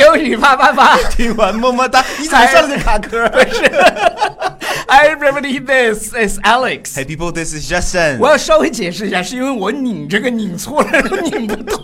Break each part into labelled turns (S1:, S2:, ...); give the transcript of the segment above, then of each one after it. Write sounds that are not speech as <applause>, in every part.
S1: 有你啪啪啪，
S2: 听完么么哒，你咋上来就卡壳？
S1: Everybody, this is Alex。
S2: Hey people, this is Jason。
S1: 我要稍微解释一下，是因为我拧这个拧错了，拧不动。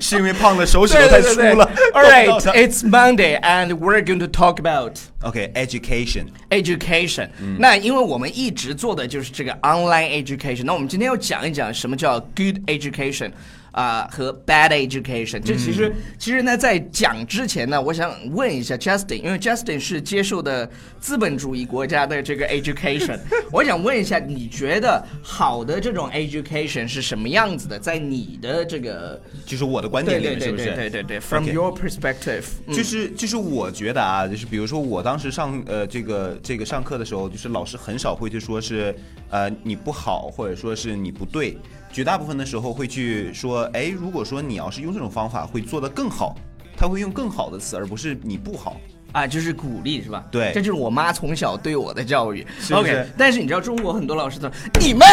S2: 是因为胖了，手指
S1: 对
S2: 头
S1: 对
S2: 太
S1: 对
S2: 粗
S1: 对哎
S2: 了。
S1: All right, it's Monday, and we're going to talk about
S2: OK, education.
S1: education、那因为我们一直做的就是这个 online education，那我们今天要讲一讲什么叫 good education。啊、和 bad education，这其实、其实呢，在讲之前呢，我想问一下 Justin，因为 Justin 是接受的资本主义国家的这个 education，我想问一下，你觉得好的这种 education 是什么样子的？在你的这个
S2: 就是我的观
S1: 对
S2: 点里
S1: 对
S2: 面，
S1: 对
S2: 是不
S1: 对
S2: 是？
S1: 对对对，from
S2: OK
S1: your perspective，嗯
S2: 就是就是我觉得啊，就是比如说我当时上呃这个这个上课的时候，就是老师很少会去说是呃你不好，或者说是你不对，绝大部分的时候会去说，哎，如果说你要是用这种方法会做得更好，他会用更好的词，而不是你不好。
S1: 啊，就是鼓励是吧？
S2: 对
S1: 这就是我妈从小对我的教育。
S2: 是不是
S1: OK，但是你知道中国很多老师都说你们，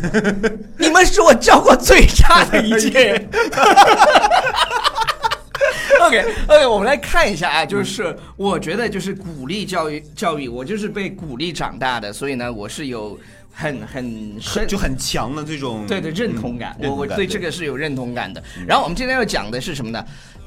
S2: <laughs>
S1: 你们是我教过最差的一届。OK OK，我们来看一下啊，
S2: 嗯
S1: 就是我觉得就是鼓励教育教育，我就是被鼓励长大的，所以呢，我是有很很深
S2: 就很强的这种
S1: 对对认同感，
S2: 嗯
S1: 我我
S2: 认同感
S1: 对这个是有认同感的。然后我们今天要讲的是什么呢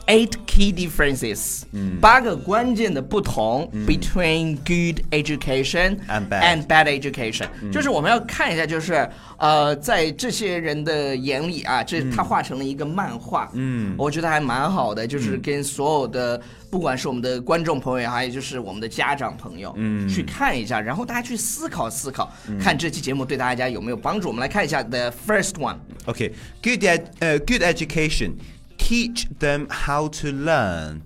S1: ？Eight key differences，、八个关键的不同、between good education
S2: And bad
S1: education，、就是我们要看一下，就是呃，在这些人的眼里啊，这他画成了一个漫画，嗯，我觉得还蛮好的，就是跟所有的、不管是我们的观众朋友，还有就是我们的家长朋友，嗯，去看一下，然后大家去思考思考，看这期节目对大家有没有帮助。我们来看一下 the first one，
S2: Okay, good ed- uh, good education. Teach them how to learn.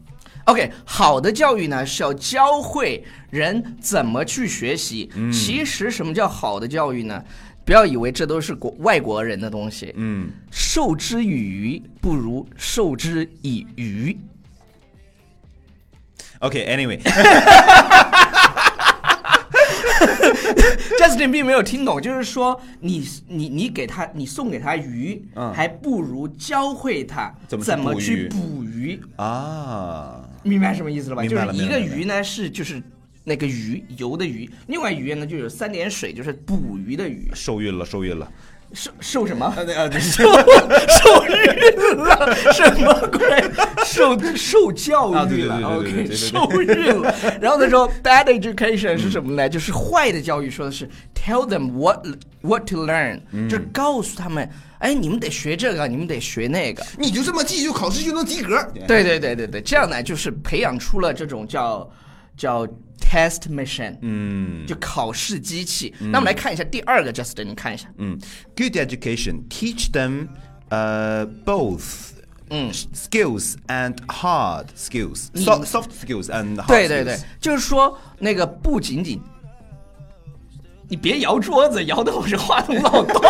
S1: OK，好的教育呢是要教会人怎么去学习。
S2: 嗯
S1: 其实什么叫好的教育呢？不要以为这都是国外国人的东西。嗯，授之以鱼不如授之以渔。
S2: Okay, anyway, <laughs>
S1: Justin 并没有听懂，就是说你你你给他你送给他鱼，
S2: 嗯
S1: 还不如教会他
S2: 怎么去
S1: 么
S2: 捕
S1: 去
S2: 鱼
S1: 捕鱼。
S2: ah,
S1: 明白什么意思了吧？
S2: 明白了
S1: 就是一
S2: 明
S1: 个
S2: 白了
S1: 鱼呢是就是那个鱼游的鱼，另外鱼呢就有三点水，就是捕鱼的鱼。
S2: 受孕了，受孕了。
S1: 受受什么？
S2: 啊，对
S1: 受受孕了？什么鬼？受受教
S2: 啊对
S1: 育
S2: 对
S1: 了
S2: 对对对对对
S1: ？OK，
S2: 对
S1: 受孕了。然后他说 bad education 是什么呢？就是坏的教育，说的是 tell them what what to learn，就是告诉他们，哎，你们得学这个，你们得学那个。
S2: <laughs> 你就这么记，就考试就能及格。
S1: 对对对对对，这样呢就是培养出了这种叫叫 test mission，嗯，就考试机器。那我们来看一下第二个，Justin，你看一下。
S2: 嗯，good education teach them, uh, both. 嗯，skills
S1: Mm.
S2: and hard skills, soft soft skills and hard
S1: 对对对
S2: skills.，
S1: 就是说那个不仅仅。你别摇桌子，摇的我这话筒老动。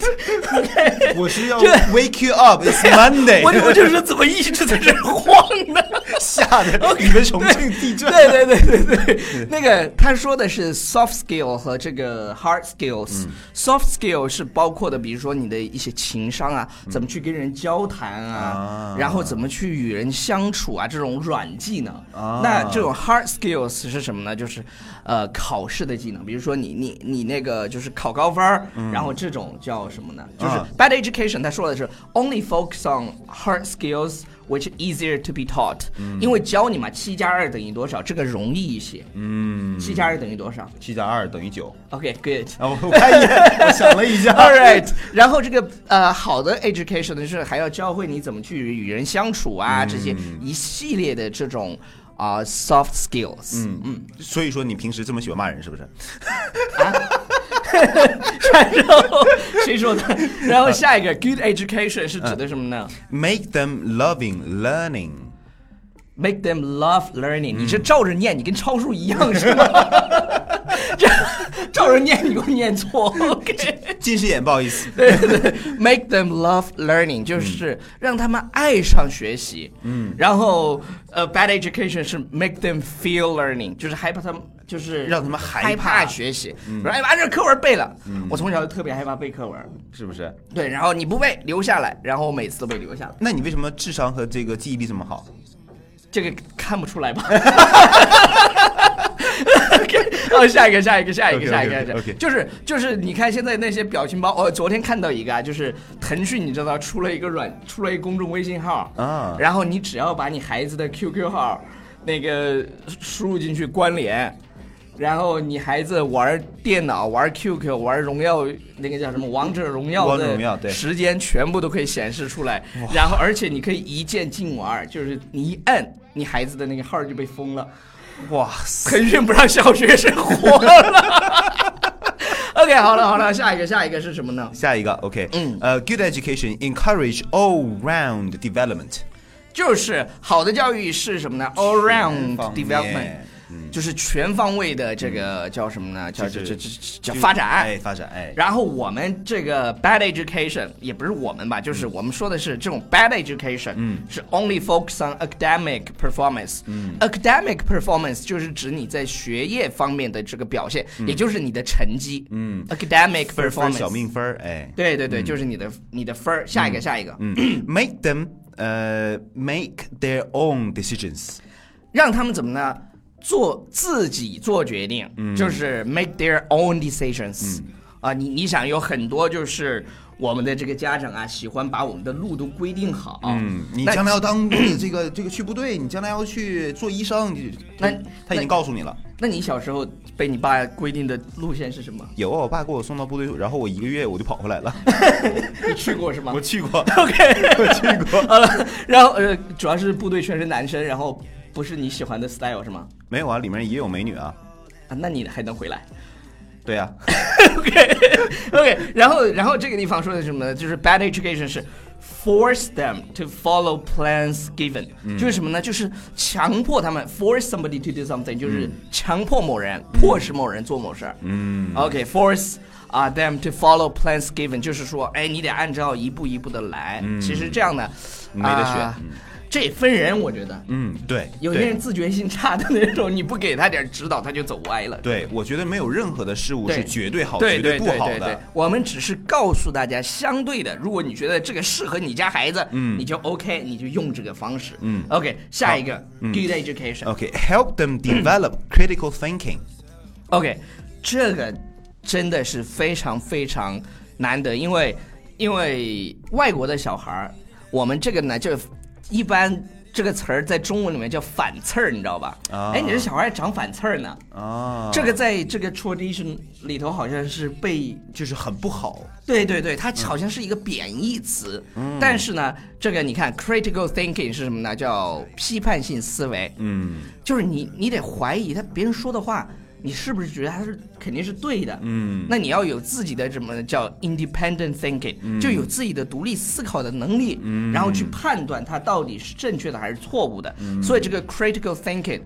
S1: Alright，
S2: 我是要
S1: 这
S2: <laughs> wake you
S1: <laughs>
S2: up. It's Monday.
S1: 我我
S2: <laughs>
S1: 就是怎么一直在这晃呢？
S2: 吓
S1: <laughs>
S2: 得你们重庆地震。
S1: 对对对对对，那个他说的是 soft skill 和这个 hard skills、soft
S2: 嗯
S1: skill 是包括的，比如说你的一些情商啊，怎么去跟人交谈啊，
S2: 嗯啊
S1: 然后怎么去与人相处啊，这种软技能。
S2: 啊
S1: 那这种 hard skills 是什么呢？就是呃考试的技能，比如说你你你那个就是考高分儿、然后这种叫什么呢？就是
S2: 嗯啊
S1: bad education，他说的是 only focus on hard skills which easier to be taught，、因
S2: 嗯
S1: 为教你嘛，七加二等于多少，这个容易一些。嗯，七加二等于多少
S2: 七加二等于九。
S1: ？OK，good、
S2: 啊，我我看一眼，我想了一下。
S1: <laughs> All right，然后这个呃，好的 education 呢是还要教会你怎么去与人相处啊，这些一系列的这种啊、soft skills。嗯嗯，
S2: 所以说你平时这么喜欢骂人是不是？
S1: <laughs> 然后谁说的？然后下一 <laughs> 个 good education 是指的什么呢、
S2: Make them loving learning.
S1: m a k e them love learning、你这照着念，你跟超叔一样是吗？ <laughs> 这照着念你给我念错。OK。
S2: 近视眼，不好意思。
S1: <laughs> 对对对，make them love
S2: 嗯
S1: learning 就是让他们爱上学习。嗯，然后呃，bad education 是 make them feel learning，就是害怕他们就是
S2: 让他们害
S1: 害
S2: 怕嗯
S1: 学习。说哎，把这课文背了。我从小就特别害怕背课文。
S2: 是不是？
S1: 对，然后你不背留下来，然后我每次都被留下来。
S2: 那你为什么智商和这个记忆力这么好？
S1: 这个看不出来吧？哦，下一个，下一个，下一个，
S2: OK，OK，OK，
S1: 下一个，下一个
S2: OK
S1: 就是就是，你看现在那些表情包，我、昨天看到一个啊，就是腾讯，你知道出了一个软，出了一个公众微信号
S2: 啊
S1: 然后你只要把你孩子的 QQ 号那个输入进去关联，然后你孩子玩电脑、玩 QQ、玩荣耀那个叫什么王者荣耀
S2: 王者荣耀
S1: 的
S2: 对
S1: 时间，全部都可以显示出来。然后而且你可以一键禁玩，就是你一摁，你孩子的那个号就被封了。
S2: 哇塞，
S1: 腾讯不让小学生活了。OK，好了好了，下一个下一个是什么呢？
S2: 下一个 OK，
S1: 嗯
S2: 呃，Good education encourage all-round development，
S1: 就是好的教育是什么呢？All round
S2: 全方面
S1: development，、
S2: 嗯
S1: 就是全方位的这个叫什么呢？叫这
S2: 就
S1: 这
S2: 是
S1: 这叫发展。
S2: 哎，发展，哎，
S1: 然后我们这个 bad education 也不是我们吧，就是我们说的是这种 bad education，
S2: 嗯
S1: 是 only focus on academic performance，
S2: 嗯
S1: academic performance 就是指你在学业方面的这个表现，也就是你的成绩，
S2: 嗯
S1: ，academic
S2: 分儿分儿
S1: performance，
S2: 小命分儿，哎，
S1: 对对对，就是你的你的分儿。下一个，下一个，
S2: 嗯，make them 呃 make their own decisions，
S1: 让他们怎么呢？做自己做决定，
S2: 嗯
S1: 就是 make their own decisions。啊，你你想有很多就是我们的这个家长啊，喜欢把我们的路都规定好。
S2: 嗯，你
S1: 那
S2: 将来要当这个 <coughs> 这个去部队，你将来要去做医生，你
S1: 那
S2: 他已
S1: 那
S2: 经告诉你了。
S1: 那你小时候被你爸规定的路线是什
S2: <laughs>
S1: 么？
S2: 有啊，我爸给我送到部队，然后我一个月我就跑回来了。
S1: 你去过是吗
S2: 我去过，
S1: 啊？OK，
S2: <laughs> 我去过，
S1: 好了， <laughs> 然后呃，主要是部队全是男生，然后不是你喜欢的 style 是吗？
S2: 没有啊，里面也有美女啊。
S1: 啊，那你还能回来？<laughs>
S2: 对啊，
S1: OK <laughs> OK，然后然后这个地方说的是什么呢？就是 bad education 是 force them to follow plans given，、就是
S2: 嗯
S1: 什么呢？就是强迫他们 force somebody to do something，就是强迫某人、迫使某人做某事儿。
S2: 嗯
S1: OK，force、啊、them to follow plans given，就是说，哎，你得按照一步一步的来。其实这样呢，
S2: 嗯没得选
S1: 啊这也分人，我觉得。
S2: 嗯，对，
S1: 有些
S2: 对
S1: 人自觉性差的那种，你不给他点指导，他就走歪了。
S2: 对，我觉得没有任何的事物是
S1: 对
S2: 绝对好、
S1: 对
S2: 绝不好
S1: 对对对
S2: 的。
S1: 我们只是告诉大家，相对的，如果你觉得这个适合你家孩子，嗯，你就 OK，你就用这个方式，
S2: 嗯
S1: ，OK。下一个
S2: 嗯
S1: good education，OK，、
S2: OK，help、them
S1: <clears throat>
S2: develop critical thinking。
S1: 这个真的是非常非常难得，因为因为外国的小孩儿，我们这个呢就一般。这个词儿在中文里面叫反刺儿，你知道吧？
S2: 啊
S1: 哎，你这小孩儿还长反刺儿呢。
S2: 啊，
S1: 这个在这个 tradition 里头好像是被
S2: 就是很不好。
S1: 对对对，它好像是一个贬义词，但是呢，这个你看，critical thinking 是什么呢？叫批判性思维，
S2: 嗯
S1: 就是你你得怀疑他别人说的话，你是不是觉得他是肯定是对的？
S2: 嗯
S1: 那你要有自己的什么叫 independent thinking，、就
S2: 嗯
S1: 有自己的独立思考的能力，然后去判断它到底是正确的还是错误的。
S2: 嗯
S1: 所以这个 critical thinking。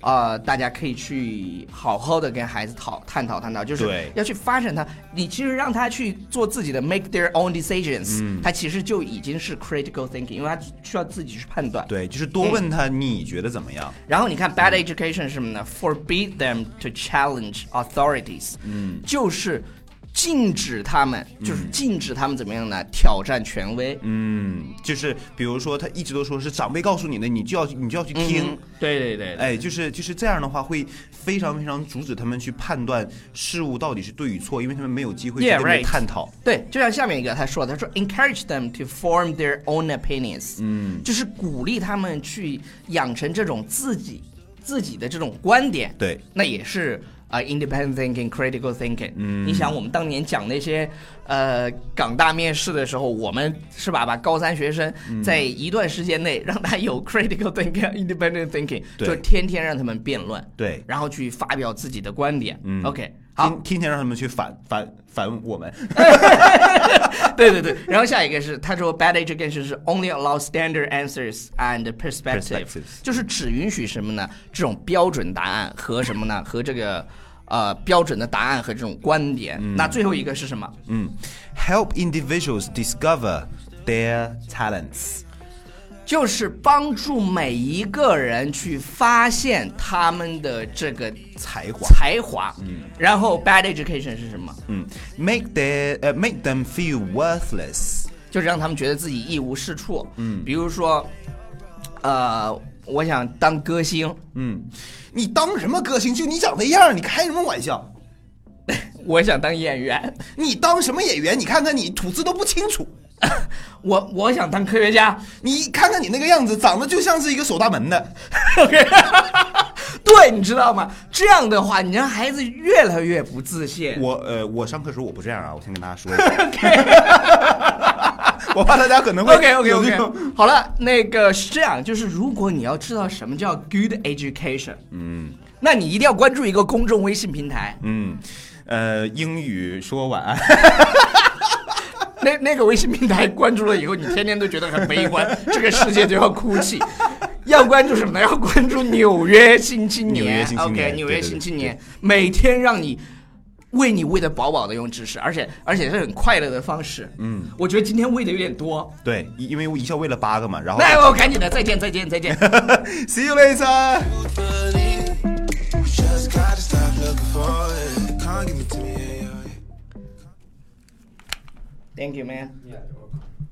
S1: 啊，大家可以去好好的跟孩子讨探讨探讨，就是
S2: 对
S1: 要去发展他。你其实让他去做自己的 make their own decisions，、他
S2: 嗯
S1: 其实就已经是 critical thinking，因为他需要自己去判断。
S2: 对，就是多问他你觉得怎么样？
S1: 然后你看 bad education 是什么呢？Forbid them to challenge authorities，嗯，就是禁止他们，就是禁止他们怎么样呢？挑战权威。
S2: 嗯，就是比如说他一直都说是长辈告诉你的，你就要你就要去听。
S1: 嗯，对对对对
S2: 哎，就是就是这样的话，会非常非常阻止他们去判断事物到底是对与错，因为他们没有机会去
S1: Yeah,
S2: 跟别人
S1: right.
S2: 探讨。
S1: 对，就像下面一个他说的，他说 encourage them to form their own opinions，嗯，就是鼓励他们去养成这种自己自己的这种观点。
S2: 对，
S1: 那也是啊、呃 independent thinking、critical thinking。嗯，你想我们当年讲那些呃港大面试的时候，我们是吧，把高三学生在一段时间内让他有 critical thinking、independent <laughs> thinking，
S2: 对
S1: 就天天让他们辩论，
S2: 对
S1: 然后去发表自己的观点。嗯，OK，好，
S2: 天天天让他们去反反反我们。 <laughs>
S1: <laughs> 对对对。然后下一个是他说 bad education 是 only allow standard answers and perspective，
S2: Perspectives
S1: 就是只允许什么呢？这种标准答案和什么呢？ <laughs> 和这个。呃，标准的答案和这种观点，那最后一个是什么？
S2: 嗯，help individuals discover their talents。
S1: 就是帮助每一个人去发现他们的这个
S2: 才华
S1: 才华。嗯，然后 bad education 是什么？
S2: 嗯，make their 呃、make them feel worthless。
S1: 就是让他们觉得自己一无是处。嗯，比如说，呃，我想当歌星，
S2: 嗯，你当什么歌星？就你长那样，你开什么玩笑？
S1: 我想当演员，
S2: 你当什么演员？你看看你吐字都不清楚，
S1: 我我想当科学家。 <laughs>
S2: 你看看你那个样子，长得就像是一个守大门的。
S1: OK，对，你知道吗？这样的话，你让孩子越来越不自信。
S2: <laughs> 我呃，我上课时候我不这样啊，我先跟大 <laughs> 家说一下。我怕大家可能会
S1: OK OK
S2: 有这
S1: OK，
S2: 种
S1: 好了，那个是这样，就是如果你要知道什么叫 good education，
S2: 嗯
S1: 那你一定要关注一个公众微信平台，
S2: 嗯，呃，英语说晚安。
S1: 那那个微信平台关注了以后，你天天都觉得很悲观，这个世界就要哭泣。要关注什么呢？要关注纽约新青年。
S2: 纽约新青年
S1: OK，纽约
S2: 对对对
S1: 新青年每天让你喂你喂的饱饱的，用知识，而且而且是很快乐的方式。嗯，我觉得今天喂的有点多。
S2: <laughs> 对，因因为我一下喂了八个嘛，然后
S1: 那我赶紧的，再见，再见，再见。
S2: <laughs> see you later。
S3: Just gotta stop looking for it. Can't give it to me. yeah, yeah, yeah.
S1: Thank you, man.